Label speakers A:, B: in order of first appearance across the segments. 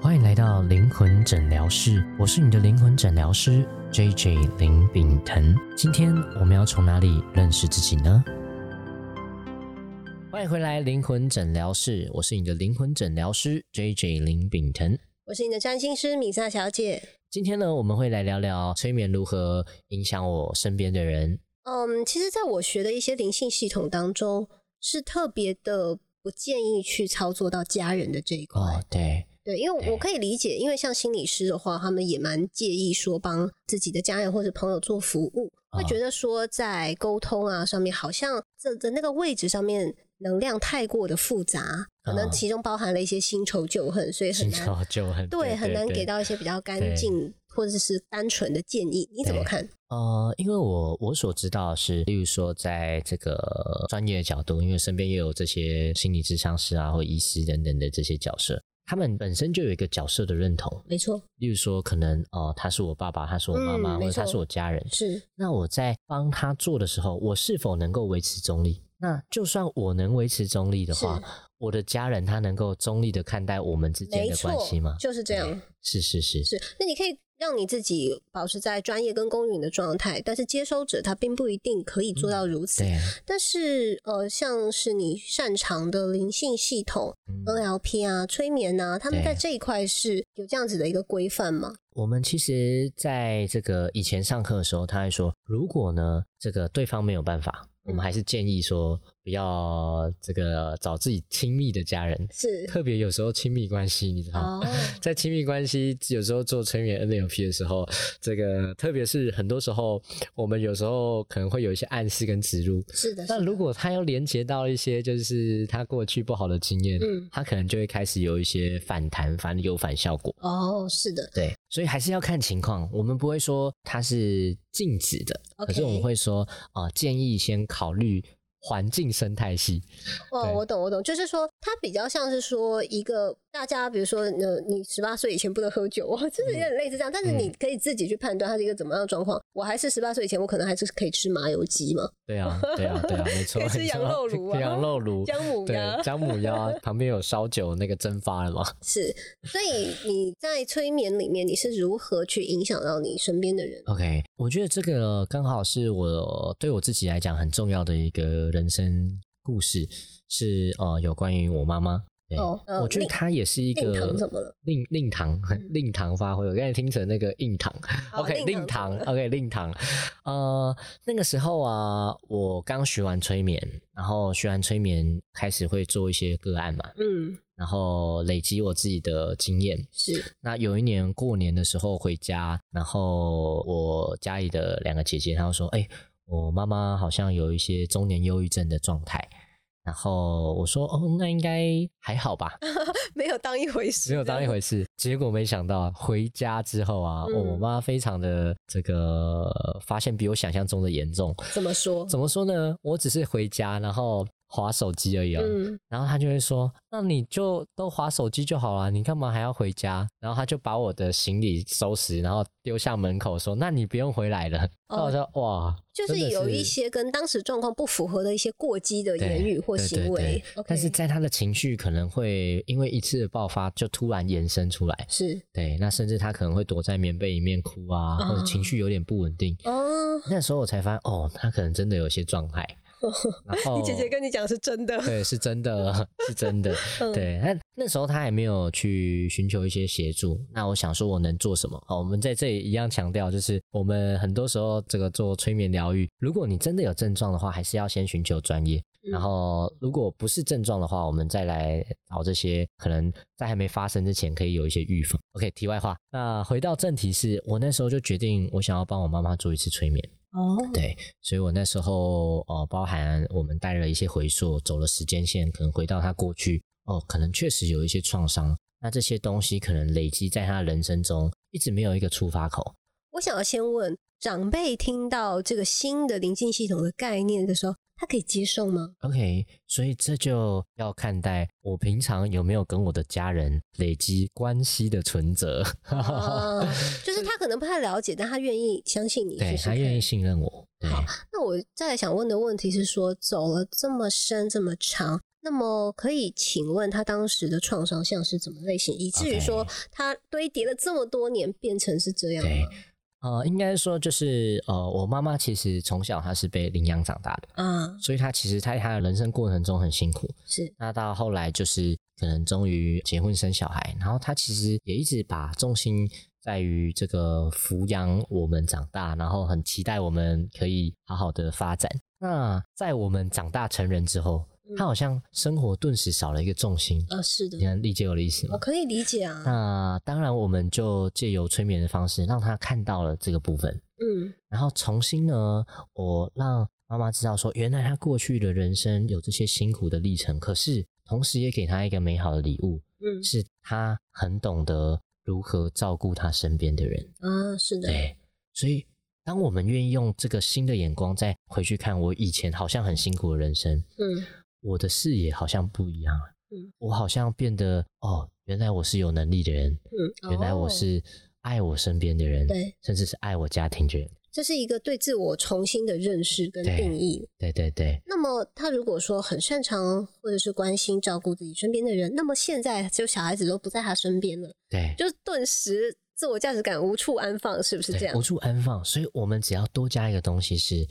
A: 欢迎来到灵魂诊疗室，我是你的灵魂诊疗师 J J 林炳腾。今天我们要从哪里认识自己呢？欢迎回来灵魂诊疗室，我是你的灵魂诊疗师 J J 林炳腾。
B: 我是你的占星师米萨小姐。
A: 今天呢，我们会来聊聊催眠如何影响我身边的人。
B: 嗯，其实在我学的一些灵性系统当中，是特别的不建议去操作到家人的这一块。
A: 哦，对，
B: 对，因为
A: 对
B: 我可以理解，因为像心理师的话，他们也蛮介意说帮自己的家人或者朋友做服务，
A: 啊
B: 会觉得说在沟通啊上面，好像这的那个位置上面能量太过的复杂，可能
A: 啊
B: 其中包含了一些新仇旧恨，所以很
A: 新
B: 难
A: 潮就很
B: 对很难
A: 对
B: 给到一些比较
A: 对
B: 干净或者是单纯的建议。你怎么
A: 对
B: 看？
A: 呃，因为我我所知道的是，例如说，在这个专业的角度，因为身边也有这些心理咨商师啊，或医师等等的这些角色，他们本身就有一个角色的认同。
B: 没错，
A: 例如说，可能哦、呃他是我爸爸，他是我妈妈，或
B: 嗯没
A: 者他
B: 错
A: 是我家人。
B: 是
A: 那我在帮他做的时候，我是否能够维持中立？那就算我能维持中立的话
B: 是，
A: 我的家人他能够中立的看待我们之间
B: 没
A: 的
B: 错
A: 关系吗，？
B: 就是这样。
A: 是是是，
B: 是，那你可以让你自己保持在专业跟公允的状态，但是接收者他并不一定可以做到如此。
A: 嗯对，啊
B: 但是呃，像是你擅长的灵性系统、
A: 嗯
B: NLP 啊、催眠啊，他们在
A: 对
B: 这一块是有这样子的一个规范吗？
A: 我们其实在这个以前上课的时候，他会说，如果呢这个对方没有办法，我
B: 嗯
A: 们还是建议说不要这个找自己亲密的家人，
B: 是
A: 特别有时候亲密关系，你知道吗。
B: 哦，
A: 在亲密关系有时候做催眠 NLP 的时候，这个特别是很多时候，我们有时候可能会有一些暗示跟植入。
B: 是的，
A: 那
B: 是的
A: 如果他要连接到一些就是他过去不好的经验，
B: 嗯
A: 他可能就会开始有一些反弹、反有反效果。
B: 哦，是的，
A: 对，所以还是要看情况，我们不会说它是禁止的可
B: OK
A: 是我们会说啊、呃建议先考虑环境生态系。
B: 哦，
A: 对
B: 我懂，我懂，就是说它比较像是说一个大家，比如说呃，你十八岁以前不能喝酒，哇，
A: 嗯
B: 就是有点类似这样，但是你可以自己去判断它是一个怎么样的状况。我还是十八岁以前，我可能还是可以吃麻油鸡嘛，
A: 对 啊，对啊，对啊，没错，
B: 可以吃
A: 没错
B: 羊肉炉 啊
A: 羊肉炉，
B: 姜 母
A: 对，
B: 鸭
A: 姜母鸭旁边有烧酒那个蒸发了嘛？
B: 是。所以你在催眠里面，你是如何去影响到你身边的人？
A: OK，我觉得这个刚好是我对我自己来讲很重要的一个人生故事，是呃有关于我妈妈。对
B: 哦呃
A: 我觉得
B: 令
A: 她也是一个
B: 令堂怎么了？
A: 令令堂令堂发挥，我刚才听成那个硬糖。
B: 哦
A: OK，令
B: 令堂
A: 堂
B: 怎么了
A: ，OK，令堂。呃，那个时候啊，我刚学完催眠，然后学完催眠开始会做一些个案嘛，
B: 嗯，
A: 然后累积我自己的经验。
B: 是
A: 那有一年过年的时候回家，然后我家里的两个姐姐，她就说：“哎、我妈妈好像有一些中年忧郁症的状态。”然后我说：“哦，那应该还好吧，
B: 没有当一回事，
A: 只有当一回事。”结果没想到啊回家之后啊，
B: 嗯
A: 我妈非常的这个发现比我想象中的严重。
B: 怎么说？
A: 怎么说呢？我只是回家，然后划手机而已哦。
B: 嗯，
A: 然后他就会说：“那你就都划手机就好了，你干嘛还要回家？”然后他就把我的行李收拾，然后丢向门口，说：“那你不用回来了。那我说：“哇，
B: 哦就是
A: 真的
B: 有一些跟当时状况不符合的一些过激的
A: 对
B: 言语或
A: 对对
B: 行为
A: 对。
B: OK，
A: 但是在他的情绪可能会因为一次的爆发就突然延伸出来，
B: 是
A: 对，那甚至他可能会躲在棉被里面哭啊，
B: 哦
A: 或者情绪有点不稳定。
B: 哦，
A: 那时候我才发现，哦，他可能真的有些状 态。然后
B: 你姐姐跟你讲是真的。
A: 对，是真的，是真的。
B: 嗯
A: 对，那那时候他还没有去寻求一些协助。那我想说，我能做什么？好，我们在这里一样强调，就是我们很多时候这个做催眠疗愈，如果你真的有症状的话，还是要先寻求专业。
B: 嗯
A: 然后，如果不是症状的话，我们再来找这些可能在还没发生之前，可以有一些预防。OK，题外话，那回到正题是，我那时候就决定，我想要帮我妈妈做一次催眠。
B: 哦，
A: 对，所以我那时候呃，包含我们带了一些回溯，走了时间线，可能回到他过去哦，可能确实有一些创伤，那这些东西可能累积在他人生中，一直没有一个出发口。
B: 我想要先问，长辈听到这个新的临近系统的概念的时候，他可以接受吗？
A: OK，所以这就要看待我平常有没有跟我的家人累积关系的存折，
B: 啊，就是他可能不太了解，但他愿意相信你，
A: 对
B: 试试
A: 他
B: 看
A: 愿意。信任我，对，
B: 好那我再想问的问题是说，走了这么深这么长，那么可以请问他当时的创伤像是怎么类型，以至于说
A: OK
B: 他堆叠了这么多年变成是这样
A: 对
B: 吗？
A: 呃，应该说就是呃，我妈妈其实从小她是被领养长大的，
B: 啊，
A: 所以她其实在她的人生过程中很辛苦。
B: 是
A: 那到后来就是可能终于结婚生小孩，然后她其实也一直把重心在于这个抚养我们长大，然后很期待我们可以好好的发展。那在我们长大成人之后，
B: 嗯
A: 她好像生活顿时少了一个重心，
B: 啊，是的
A: 你，能理解我的意思吗
B: 我？可以理解啊，
A: 那当然，我们就借由催眠的方式，让她看到了这个部分。
B: 嗯
A: 然后重新呢，我让妈妈知道说，原来她过去的人生有这些辛苦的历程，可是同时也给她一个美好的礼物，
B: 嗯
A: 是她很懂得如何照顾她身边的人。
B: 啊，是的，
A: 对，所以当我们愿意用这个新的眼光再回去看我以前好像很辛苦的人生，
B: 嗯
A: 我的视野好像不一样了。
B: 嗯
A: 我好像变得哦，原来我是有能力的人，
B: 嗯，
A: 原来我
B: 哦
A: 是爱我身边的人，
B: 对，
A: 甚至是爱我家庭的人。
B: 这是一个对自我重新的认识跟
A: 对
B: 定义。
A: 对对对，
B: 那么他如果说很擅长或者是关心照顾自己身边的人，那么现在就小孩子都不在他身边了，
A: 对，
B: 就顿时自我价值感无处安放，是不是
A: 对
B: 这样
A: 无？处安放。所以我们只要多加一个东西是，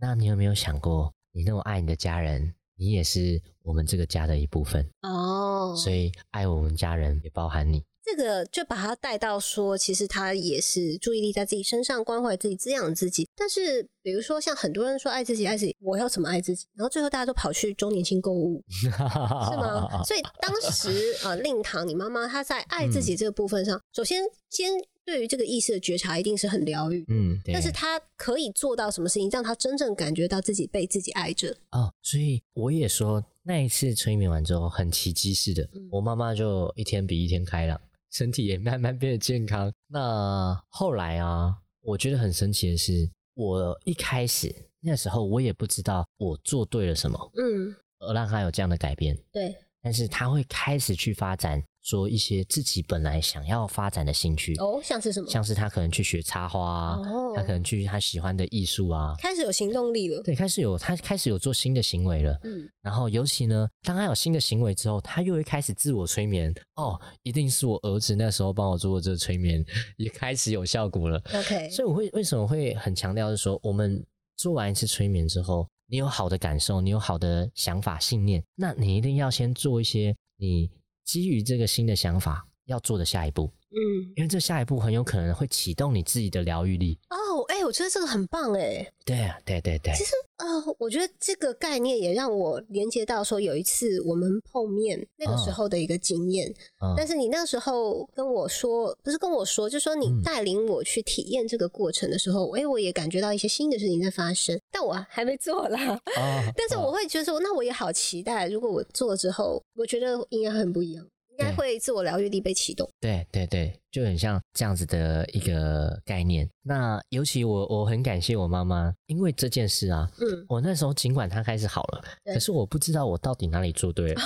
A: 那你有没有想过，你那么爱你的家人，你也是我们这个家的一部分，
B: 哦，
A: 所以爱我们家人也包含你。
B: 这个就把他带到说，其实他也是注意力在自己身上，关怀自己，滋养自己。但是比如说像很多人说爱自己，爱自己，我要怎么爱自己？然后最后大家都跑去周年庆购物，
A: 是
B: 是吗？
A: 吗
B: 所以当时呃，令堂你妈妈她在爱自己这个部
A: 嗯
B: 分上，首先先对于这个意识的觉察一定是很疗愈的，
A: 嗯，对。
B: 但是她可以做到什么事情，让她真正感觉到自己被自己爱着？
A: 哦，所以我也说那一次催眠完之后，很奇迹似的
B: 嗯，
A: 我妈妈就一天比一天开朗，身体也慢慢变得健康。那后来啊，我觉得很神奇的是，我一开始那时候我也不知道我做对了什么，
B: 嗯，
A: 而让她有这样的改变。
B: 对，
A: 但是他会开始去发展说一些自己本来想要发展的兴趣，
B: 哦，像是什么？
A: 像是他可能去学插花啊，
B: 哦
A: 他可能去他喜欢的艺术啊，
B: 开始有行动力了。
A: 对，开始有他开始有做新的行为了。
B: 嗯，
A: 然后尤其呢，当他有新的行为之后，他又会开始自我催眠。哦，一定是我儿子那时候帮我做的这个催眠，也开始有效果了。
B: OK，
A: 所以我会为什么会很强调是说，我们做完一次催眠之后，你有好的感受，你有好的想法、信念，那你一定要先做一些你基于这个新的想法要做的下一步，
B: 嗯，
A: 因为这下一步很有可能会启动你自己的疗愈力。
B: 哦，哎、我觉得这个很棒哎、
A: 对啊，对对对，
B: 呃，我觉得这个概念也让我连接到说，有一次我们碰面那
A: 哦
B: 个时候的一个经验。
A: 嗯
B: 但是你那时候跟我说，不是跟我说，就说你
A: 嗯
B: 带领我去体验这个过程的时候，哎、我也感觉到一些新的事情在发生，但我还没做啦。
A: 哦
B: 但是我会觉得说，那我也好期待，如果我做了之后，我觉得应该很不一样，应该
A: 对
B: 会自我疗愈力被启动。
A: 对对对，就很像这样子的一个概念。那尤其我我很感谢我妈妈，因为这件事啊，
B: 嗯，
A: 我那时候尽管她开始好了，
B: 对
A: 可是我不知道我到底哪里做对了。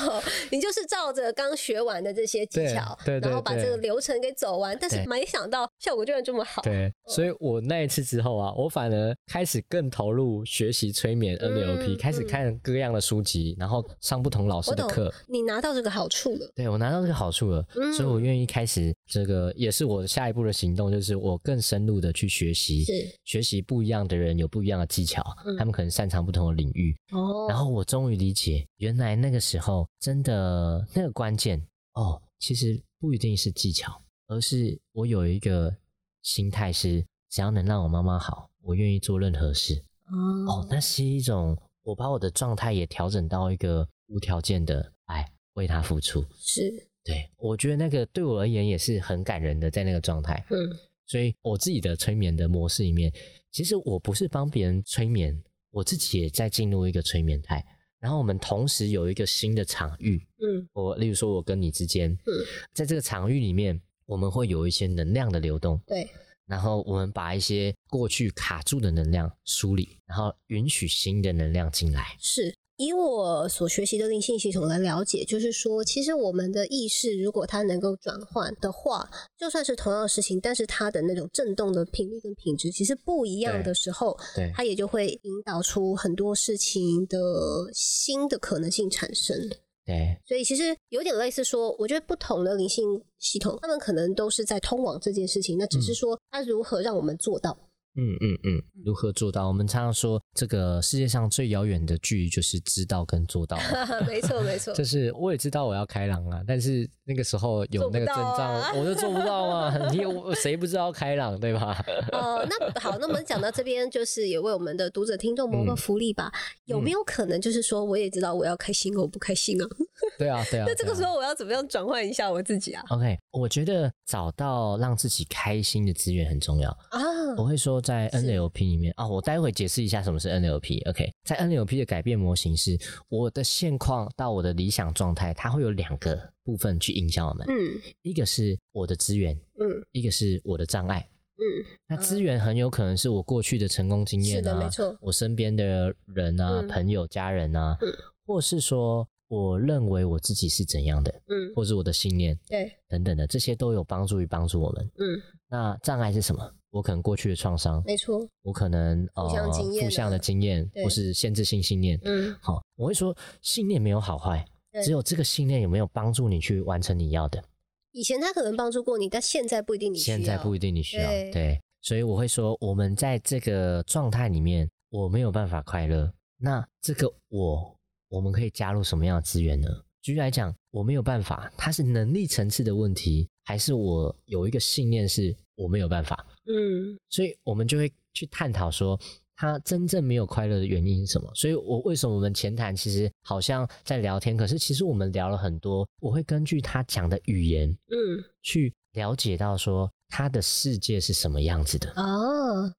B: 你就是照着刚学完的这些技
A: 对
B: 巧，
A: 对
B: 然
A: 对
B: 后把这
A: 对
B: 个流程给走完，但是
A: 对
B: 没想到效果居然这么好。
A: 对，所以我那一次之后啊，我反而开始更投入学习催眠
B: 嗯
A: NLP，、开始
B: 嗯
A: 看各样的书籍，然后上不同老师
B: 我
A: 的
B: 懂
A: 课。
B: 你拿到这个好处了。
A: 对我拿到这个好处了，
B: 嗯
A: 所以我愿意开始这个，也是我下一步的行动，就是我更深入的去学习，
B: 是
A: 学习不一样的人有不一样的技巧，
B: 嗯
A: 他们可能擅长不同的领域。
B: 哦
A: 然后我终于理解，原来那个时候真的那个关键哦，其实不一定是技巧，而是我有一个心态是，只要能让我妈妈好，我愿意做任何事。哦，那是一种我把我的状态也调整到一个无条件的爱，为她付出。
B: 是
A: 对我觉得那个对我而言也是很感人的，在那个状态。
B: 嗯
A: 所以我自己的催眠的模式里面，其实我不是帮别人催眠，我自己也在进入一个催眠态。然后我们同时有一个新的场域，
B: 嗯
A: 我例如说我跟你之间，
B: 嗯，
A: 在这个场域里面，我们会有一些能量的流动，
B: 对
A: 然后我们把一些过去卡住的能量梳理，然后允许新的能量进来。
B: 是。以我所学习的灵性系统来了解，就是说，其实我们的意识如果它能够转换的话，就算是同样的事情，但是它的那种震动的频率跟品质其实不一样的时候，
A: 对，
B: 它也就会引导出很多事情的新的可能性产生。
A: 对，
B: 所以其实有点类似说，我觉得不同的灵性系统，他们可能都是在通往这件事情，那只是说它如何让我们做到。
A: 嗯嗯嗯，如何做到？我们常常说，这个世界上最遥远的距离就是知道跟做到嘛。
B: 没错，没错
A: 就是我也知道我要开朗啊，但是那个时候有那个症
B: 做不到
A: 状，
B: 啊
A: 我就做不到 啊。你有谁不知道开朗对吧？
B: 哦，那好，那我们讲到这边，就是也为我们的读者听众谋
A: 嗯
B: 个福利吧。有没有可能就是说，我也知道我要开心，我不开心啊？
A: 对啊，对啊。
B: 那这
A: 对
B: 个
A: 啊
B: 时候我要怎么样转换一下我自己啊？
A: OK，我觉得找到让自己开心的资源很重要。
B: 啊，
A: 我会说，在
B: 是
A: NLP 里面啊，我待会解释一下什么是 NLP。OK，在 NLP 的改变模型是我的现况到我的理想状态，它会有两个部分去影响我们，
B: 嗯
A: 一个是我的资源，
B: 嗯
A: 一个是我的障碍。
B: 嗯，
A: 那资源很有可能是我过去的成功经
B: 是
A: 验
B: 的，
A: 啊
B: 没，错，
A: 我身边的人啊、
B: 嗯
A: 朋友、家人啊，
B: 嗯
A: 或是说我认为我自己是怎样的，
B: 嗯，
A: 或是我的信念
B: 对，
A: 等等的，这些都有帮助于帮助我们。
B: 嗯，
A: 那障碍是什么？我可能过去的创伤，
B: 没错，
A: 我可能呃
B: 负向经验啊
A: 负向的经验，
B: 对
A: 或是限制性信念。
B: 嗯
A: 好、我会说信念没有好坏
B: 对，
A: 只有这个信念有没有帮助你去完成你要的。
B: 以前他可能帮助过你，但现在不一定你需要
A: 现在不一定你需要，
B: 对
A: 对，所以我会说，我们在这个状态里面，我没有办法快乐。那这个我，我们可以加入什么样的资源呢？举例来讲，我没有办法，它是能力层次的问题，还是我有一个信念是我没有办法？
B: 嗯
A: 所以我们就会去探讨说，他真正没有快乐的原因是什么？所以我为什么我们前谈其实好像在聊天，可是其实我们聊了很多，我会根据他讲的语言，
B: 嗯
A: 去了解到说他的世界是什么样子的，
B: 啊，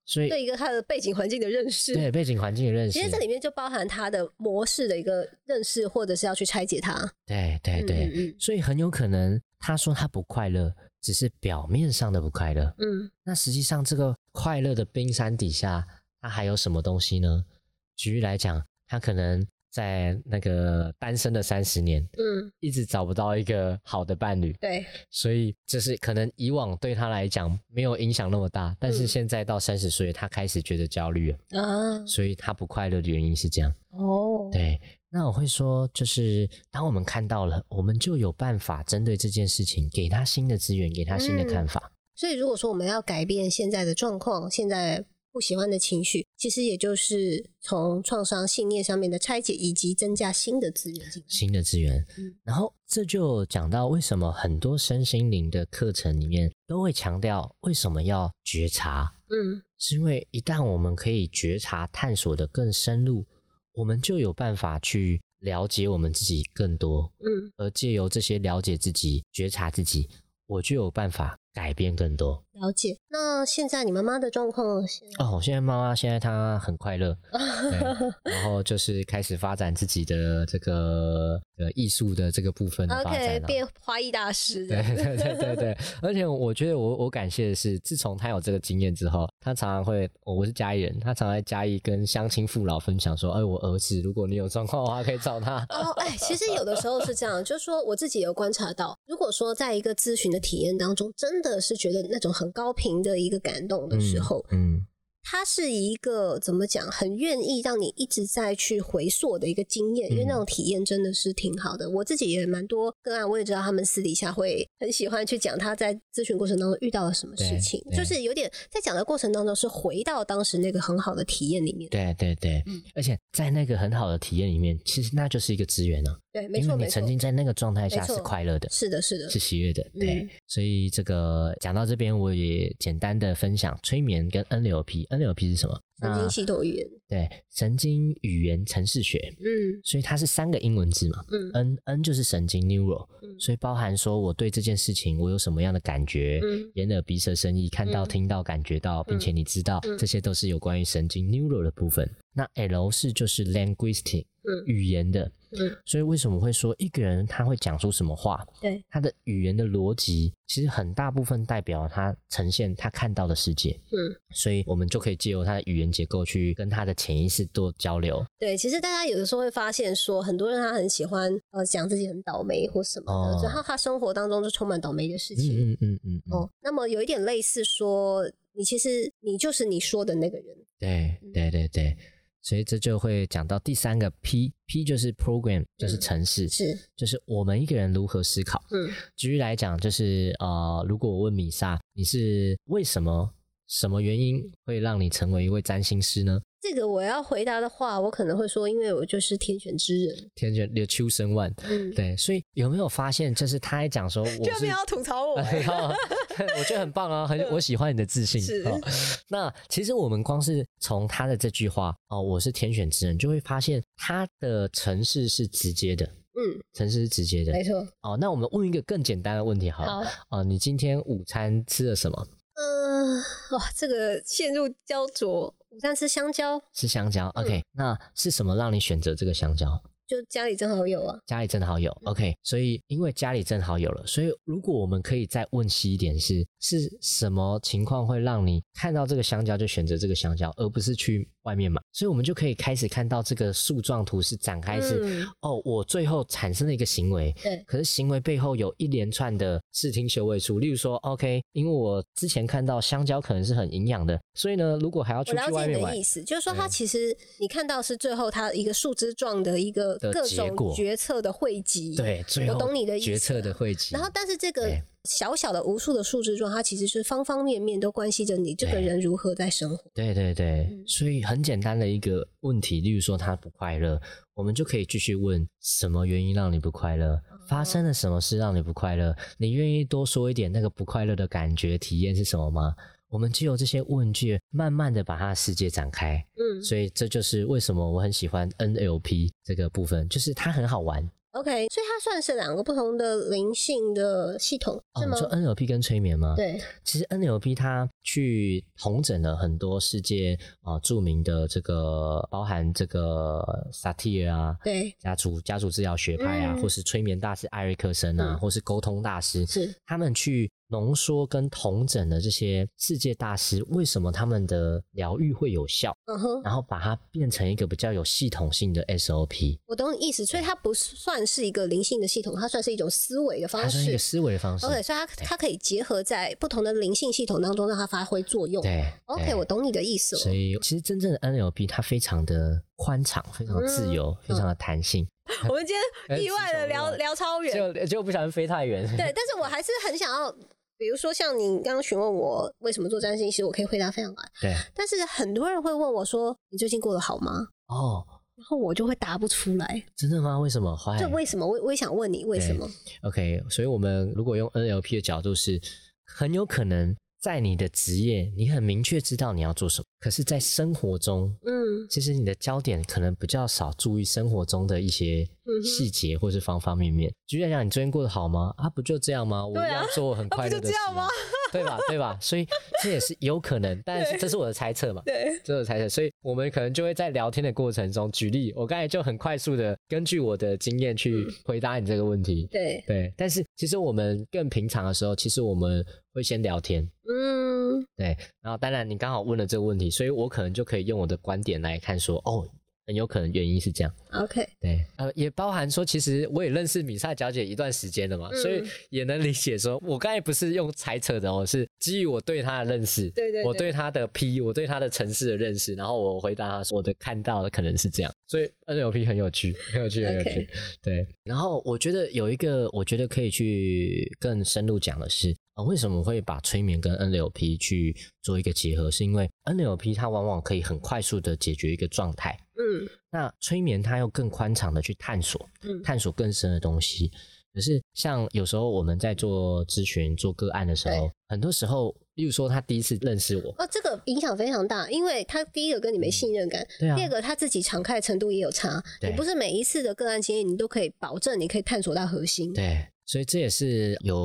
A: 所以
B: 对一个他的背景环境的认识，
A: 对背景环境的认识
B: 其，实这里面就包含他的模式的一个认识，或者是要去拆解它。
A: 对对哎对，
B: 嗯
A: 所以很有可能他说他不快乐，只是表面上的不快乐，
B: 嗯
A: 那实际上这个快乐的冰山底下，它还有什么东西呢？举例来讲，他可能在那个单身的三十年，
B: 嗯嗯，
A: 一直找不到一个好的伴侣，
B: 对，
A: 所以这是可能以往对他来讲没有影响那么大，但是
B: 嗯
A: 现在到三十岁，他开始觉得焦虑了。
B: 啊，
A: 所以他不快乐的原因是这样。
B: 哦，
A: 对，那我会说，就是当我们看到了，我们就有办法针对这件事情，给他新的资源，给他新的看法。
B: 所以如果说我们要改变现在的状况，现在不喜欢的情绪，其实也就是从创伤信念上面的拆解，以及增加新的资源进来。
A: 新的资源
B: 嗯，
A: 然后这就讲到为什么很多身心灵的课程里面都会强调为什么要觉察，
B: 嗯
A: 是因为一旦我们可以觉察、探索的更深入，我们就有办法去了解我们自己更多，
B: 嗯，
A: 而借由这些了解自己、觉察自己，我就有办法改变更多。
B: 了解。那现在你妈妈的状况现在，
A: 哦，现在妈妈现在她很快乐， 对然后就是开始发展自己的这个呃艺术的这个部分 的发
B: OK，
A: 展、啊。
B: 变花艺 大师这
A: 对对
B: 样。
A: 对对对，而且我觉得我我感谢的是，自从她有这个经验之后，她常常会，我我是嘉义人，她常常在嘉义跟乡亲父老分享说，哎，我儿子如果你有状况的话，可以找他。
B: 哦，哎，其实有的时候是这样，就是说我自己有观察到，如果说在一个咨询的体验当中，真的是觉得那种很高频的一个感动 的时候，
A: 嗯，嗯
B: 它是一个怎么讲，很愿意让你一直在去回溯的一个经验，因为那
A: 嗯
B: 种体验真的是挺好的。我自己也蛮多个案，我也知道他们私底下会很喜欢去讲他在咨询过程当中遇到了什么事情，
A: 对对
B: 就是有点在讲的过程当中是回到当时那个很好的体验里面。
A: 对对对，
B: 嗯
A: 而且在那个很好的体验里面，其实那就是一个资源啊，
B: 对，没
A: 因为
B: 错，
A: 你
B: 没错
A: 曾，经在那个状态下
B: 没错
A: 是快乐的，
B: 是的，是的，
A: 是喜悦的，
B: 嗯
A: 对。所以这个讲到这边，我也简单的分享催眠跟 NLP，NLP 是什么？
B: 神
A: 那
B: 经系统语言。
A: 对神经语言程式学，
B: 嗯
A: 所以它是三个英文字嘛
B: 嗯
A: ，N N 就是神经 neural，
B: 嗯
A: 所以包含说我对这件事情我有什么样的感觉，
B: 嗯
A: 眼耳鼻舌身意，看到、
B: 嗯
A: 听到、感觉到，并且你知道，
B: 嗯
A: 这些都是有关于神经 neural 的部分。那 L 是就是 linguistic，
B: 嗯
A: 语言的，
B: 嗯，
A: 所以为什么会说一个人他会讲出什么话，
B: 对，
A: 他的语言的逻辑，其实很大部分代表他呈现他看到的世界，
B: 嗯，
A: 所以我们就可以借由他的语言结构去跟他的潜意识做交流。
B: 对，其实大家有的时候会发现说，很多人他很喜欢呃讲自己很倒霉或什么的，
A: 哦
B: 然后他生活当中就充满倒霉的事
A: 嗯
B: 情。
A: 嗯嗯嗯，嗯
B: 哦，那么有一点类似说，你其实你就是你说的那个人。
A: 对
B: 嗯
A: 对对对，所以这就会讲到第三个 P，P 就是 program，就是程式，
B: 嗯是，
A: 就是我们一个人如何思考。
B: 嗯
A: 举例来讲，就是呃，如果我问米莎，你是为什么什么原因会让你成为一位占星师呢？
B: 这个我要回答的话，我可能会说，因为我就是天选之人。
A: 天选有秋生万，
B: 嗯，
A: 对，所以有没有发现，就是他还讲 说我
B: 居然
A: 是。
B: 没有要吐槽我
A: 哎
B: 欸
A: 我觉得很棒啊，很我喜欢你的自信。
B: 是
A: 哦那其实我们光是从他的这句话哦，我是天选之人，就会发现他的城市是直接的，
B: 嗯，
A: 城市是直接的
B: 没。错。
A: 哦，那我们问一个更简单的问题好了。
B: 好，
A: 哦，你今天午餐吃了什么？
B: 嗯、哇，这个陷入焦灼。午餐吃香蕉，
A: 吃香蕉。OK，、那
B: 嗯
A: 是什么让你选择这个香蕉？
B: 就家里正好有啊。
A: 家里正好有，OK，所以因为家里正好有了，所以如果我们可以再问细一点是，是什么情况会让你看到这个香蕉就选择这个香蕉，而不是去外面买？所以我们就可以开始看到这个树状图是展开是，
B: 嗯
A: 哦，我最后产生了一个行为，
B: 对
A: 可是行为背后有一连串的视听嗅味触，例如说，OK，因为我之前看到香蕉可能是很营养的，所以呢，如果还要出
B: 我了
A: 去外
B: 解
A: 面
B: 你
A: 买
B: 的意，思，就是说它
A: 对
B: 其实你看到是最后它一个树枝状的一个
A: 的
B: 各
A: 结
B: 种
A: 果
B: 决策的汇集。。
A: 对，最
B: 我
A: 后
B: 懂你的意
A: 决
B: 思
A: 策
B: 了
A: 的汇集，
B: 然后，但是这个
A: 对
B: 小小的无数的树枝状，它其实是方方面面都关系着你这个
A: 对
B: 人如何在生活。
A: 对对对，
B: 嗯
A: 所以很简单的一个问题，例如说他不快乐，我们就可以继续问什么原因让你不快乐，
B: 哦
A: 发生了什么事让你不快乐？你愿意多说一点那个不快乐的感觉体验是什么吗？我们就由这些问句，慢慢的把他的世界展开。
B: 嗯
A: 所以这就是为什么我很喜欢 NLP 这个部分，就是它很好玩。
B: ，OK，所以它算是两个不同的灵性的系统，
A: 哦，
B: 是
A: 你
B: 吗？
A: 说 NLP 跟催眠吗？。
B: 对，
A: 其实 NLP 它去统整了很多世界啊、呃著名的这个，包含这个萨提尔啊，
B: 对，
A: 家族家族治疗学派啊，
B: 嗯
A: 或是催眠大师艾瑞克森啊，
B: 嗯
A: 或是沟通大师，
B: 是
A: 他们去浓缩跟统整的这些世界大师，为什么他们的疗愈会有效，
B: 嗯哼，
A: 然后把它变成一个比较有系统性的 SOP，
B: 我懂你意思。所以它不是算是一个灵性的系统，它算是一种思维的
A: 它
B: 方
A: 是一
B: 式
A: 个。思维的方式。
B: OK，所以它它可以结合在不同的灵性系统当中，让它发挥作用。
A: 对
B: OK，
A: 对
B: 我懂你的意思了
A: 所。以其实真正的 NLP 它非常的宽敞，非常的
B: 嗯
A: 自由，非常的弹性，
B: 我们今
A: 哎
B: 天意外的
A: 吃什
B: 聊
A: 么
B: 聊超远，
A: 就就不小心飞太远。
B: 对，但是我还是很想要，比如说像你刚刚询问我为什么做占星师，我可以回答非常快。
A: 对
B: 但是很多人会问我说：“你最近过得好吗
A: 哦，？”
B: 然后我就会答不出来，
A: 真的吗？为什么？坏
B: 就为什么？我我也想问你为什么？
A: OK，所以我们如果用 NLP 的角度是，很有可能在你的职业，你很明确知道你要做什么，可是，在生活中，
B: 嗯
A: 其实你的焦点可能比较少注意生活中的一些
B: 嗯哼
A: 细节或是方方面面。举例来讲，你最近过得好吗？啊，不就这样吗？我
B: 对
A: 一
B: 啊
A: 样做我很
B: 不
A: 快乐
B: 就
A: 的
B: 这
A: 事
B: 样吗
A: 吗？对吧？对吧？所以这也是有可 能，但是
B: 对
A: 这是我的猜测嘛。
B: 对，
A: 这种猜测，所以我们可能就会在聊天的过程中举例。我刚才就很快速的根据我的经验去
B: 嗯
A: 回答你这个问题。
B: 对，
A: 对，但是其实我们更平常的时候，其实我们会先聊天。
B: 嗯，
A: 对，然后当然你刚好问了这个问题，所以我可能就可以用我的观点来看说，哦，很有可能原因是这样。
B: OK，
A: 对，呃，也包含说，其实我也认识米萨小姐一段时间了嘛，
B: 嗯
A: 所以也能理解说，我刚才不是用猜测的哦，是基于我对她的认识，
B: 对对对
A: 我对她的 P，我对她的城市的认识，然后我回答她说我的看到的可能是这样，所以 NLP 很有趣，很有趣，很有趣
B: OK
A: 对。然后我觉得有一个，我觉得可以去更深入讲的是。呃为什么会把催眠跟 NLP 去做一个结合？是因为 NLP 它往往可以很快速的解决一个状态，
B: 嗯
A: 那催眠它要更宽敞的去探索，
B: 嗯
A: 探索更深的东西。可是像有时候我们在做咨询、做个案的时候，很多时候，例如说他第一次认识我，
B: 哦，这个影响非常大，因为他第一个跟你没信任感，
A: 对啊
B: 第，二个他自己敞开的程度也有差。
A: 对
B: 你不是每一次的个案经验，你都可以保证你可以探索到核心。
A: 对，所以这也是有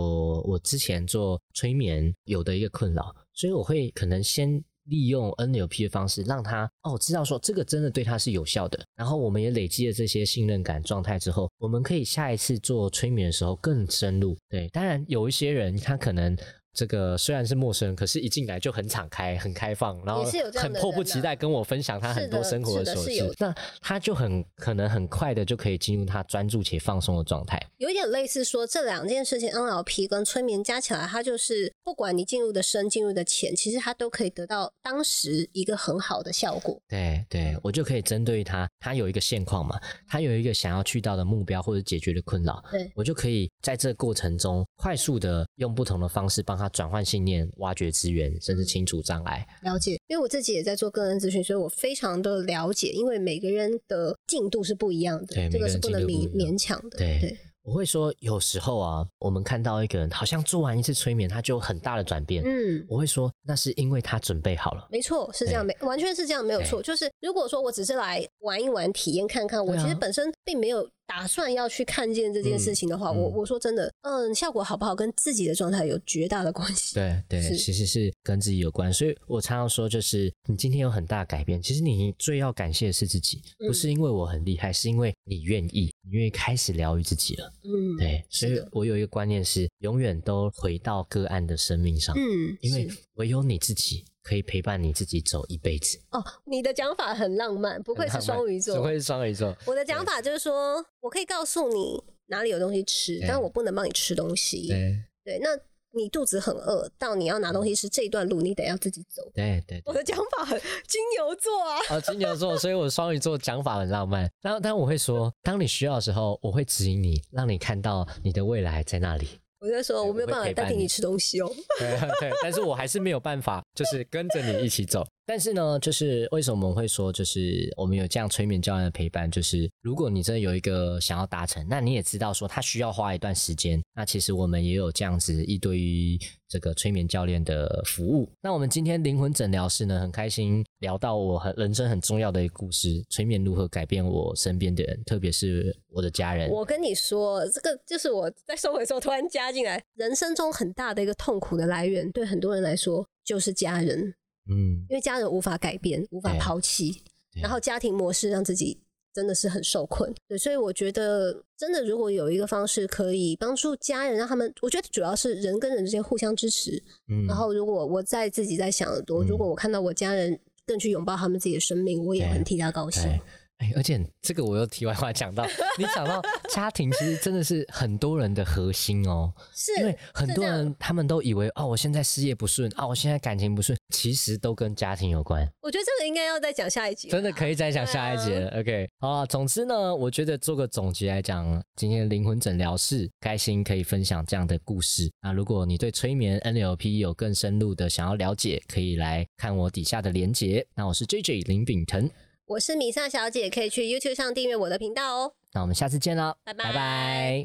A: 我之前做催眠有的一个困扰，所以我会可能先利用 NLP 的方式，让他哦知道说这个真的对他是有效的。然后我们也累积了这些信任感状态之后，我们可以下一次做催眠的时候更深入。对，当然有一些人他可能。这个虽然是陌生人，可是一进来就很敞开、很开放，然后
B: 也是有这样
A: 很
B: 的
A: 迫不
B: 人啊
A: 及待跟我分享他很多
B: 是的
A: 生活
B: 是的
A: 琐
B: 是有
A: 事，那他就很可能很快的就可以进入他专注且放松的状态。
B: 有一点类似说这两件事情，NLP 跟催眠加起来，它就是不管你进入的深、进入的浅，其实它都可以得到当时一个很好的效果。
A: 对对，我就可以针对他，他有一个现况嘛，他有一个想要去到的目标或者解决的困扰，
B: 对
A: 我就可以在这个过程中快速的用不同的方式帮他转换信念、挖掘资源，甚至清除障碍。
B: 了解，因为我自己也在做个人咨询，所以我非常的了解，因为每个人的进度是不一样的
A: 对，
B: 这个是不能
A: 每个人
B: 勉
A: 进度不一样
B: 勉强的。
A: 对我会说，有时候啊，我们看到一个人好像做完一次催眠，他就有很大的转变，
B: 嗯。
A: 我会说那是因为他准备好了。
B: 没错，是这样，没完全是这样，没有错。就是如果说我只是来玩一玩、体验看看，我
A: 对啊
B: 其实本身并没有打算要去看见这件事情的话，
A: 嗯
B: 我
A: 嗯
B: 我说真的，嗯，效果好不好跟自己的状态有绝大的关系。
A: 对对，
B: 是
A: 其实是跟自己有关，所以我常常说，就是你今天有很大的改变，其实你最要感谢的是自己，
B: 嗯
A: 不是因为我很厉害，是因为你愿意，你愿意开始疗愈自己了。
B: 嗯，
A: 对，所
B: 是
A: 以
B: 的
A: 我有一个观念是，永远都回到个案的生命上，
B: 嗯，
A: 因为
B: 是
A: 唯有你自己可以陪伴你自己走一辈子。
B: 哦，你的讲法很浪漫，不愧是双鱼
A: 不
B: 座
A: 愧。是双鱼座，
B: 我的讲法就是说，我可以告诉你哪里有东西吃，
A: 对
B: 但我不能帮你吃东西。
A: 对
B: 对，那你肚子很饿，到你要拿东西吃这一段路，你得要自己走。
A: 对对。
B: 我
A: 对
B: 的讲法很金牛座啊，
A: 哦，金牛座，所以我双鱼座讲法很浪漫。然后，但我会说，当你需要的时候，我会指引你，让你看到你的未来在那里。
B: 我就说
A: 对
B: 我没有办
A: 我
B: 法
A: 会陪伴
B: 代替
A: 你
B: 你吃东西哦。
A: 对 对，但是我还是没有办法，就是跟着你一起走。但是呢，就是为什么我们会说，就是我们有这样催眠教练的陪伴，就是如果你真的有一个想要达成，那你也知道说他需要花一段时间。那其实我们也有这样子一对一这个催眠教练的服务。那我们今天灵魂诊疗室呢，很开心聊到我很人生很重要的一个故事——催眠如何改变我身边的人，特别是我的家人。
B: 我跟你说，这个就是我在收尾的时候突然加进来，人生中很大的一个痛苦的来源，对很多人来说就是家人，
A: 嗯，
B: 因为家人无法改变，无法
A: 对
B: 抛弃，
A: 对
B: 然后家庭模式让自己真的是很受困。对，所以我觉得真的如果有一个方式可以帮助家人，让他们，我觉得主要是人跟人之间互相支持。
A: 嗯
B: 然后如果我在自己在想，我如果我看到我家人更去拥抱他们自己的生命，我也
A: 对
B: 很替他高兴。
A: 对，哎，而且这个我又题外话讲到，你讲 到家庭其实真的是很多人的核心哦，
B: 是
A: 因为很
B: 是
A: 多
B: 这样
A: 人他们都以为哦，我现在事业不顺，啊，我现在感情不顺，其实都跟家庭有关。
B: 我觉得这个应该要再讲下一集了，
A: 真的可以再讲下一节了。OK，好啊，总之呢，我觉得做个总结来讲，今天的灵魂诊疗室开心可以分享这样的故事。那如果你对催眠 NLP 有更深入的想要了解，可以来看我底下的连结。那我是 JJ 林炳腾，
B: 我是米萨小姐，可以去 YouTube 上订阅我的频道哦。
A: 那我们下次见啦，
B: 拜拜
A: 拜拜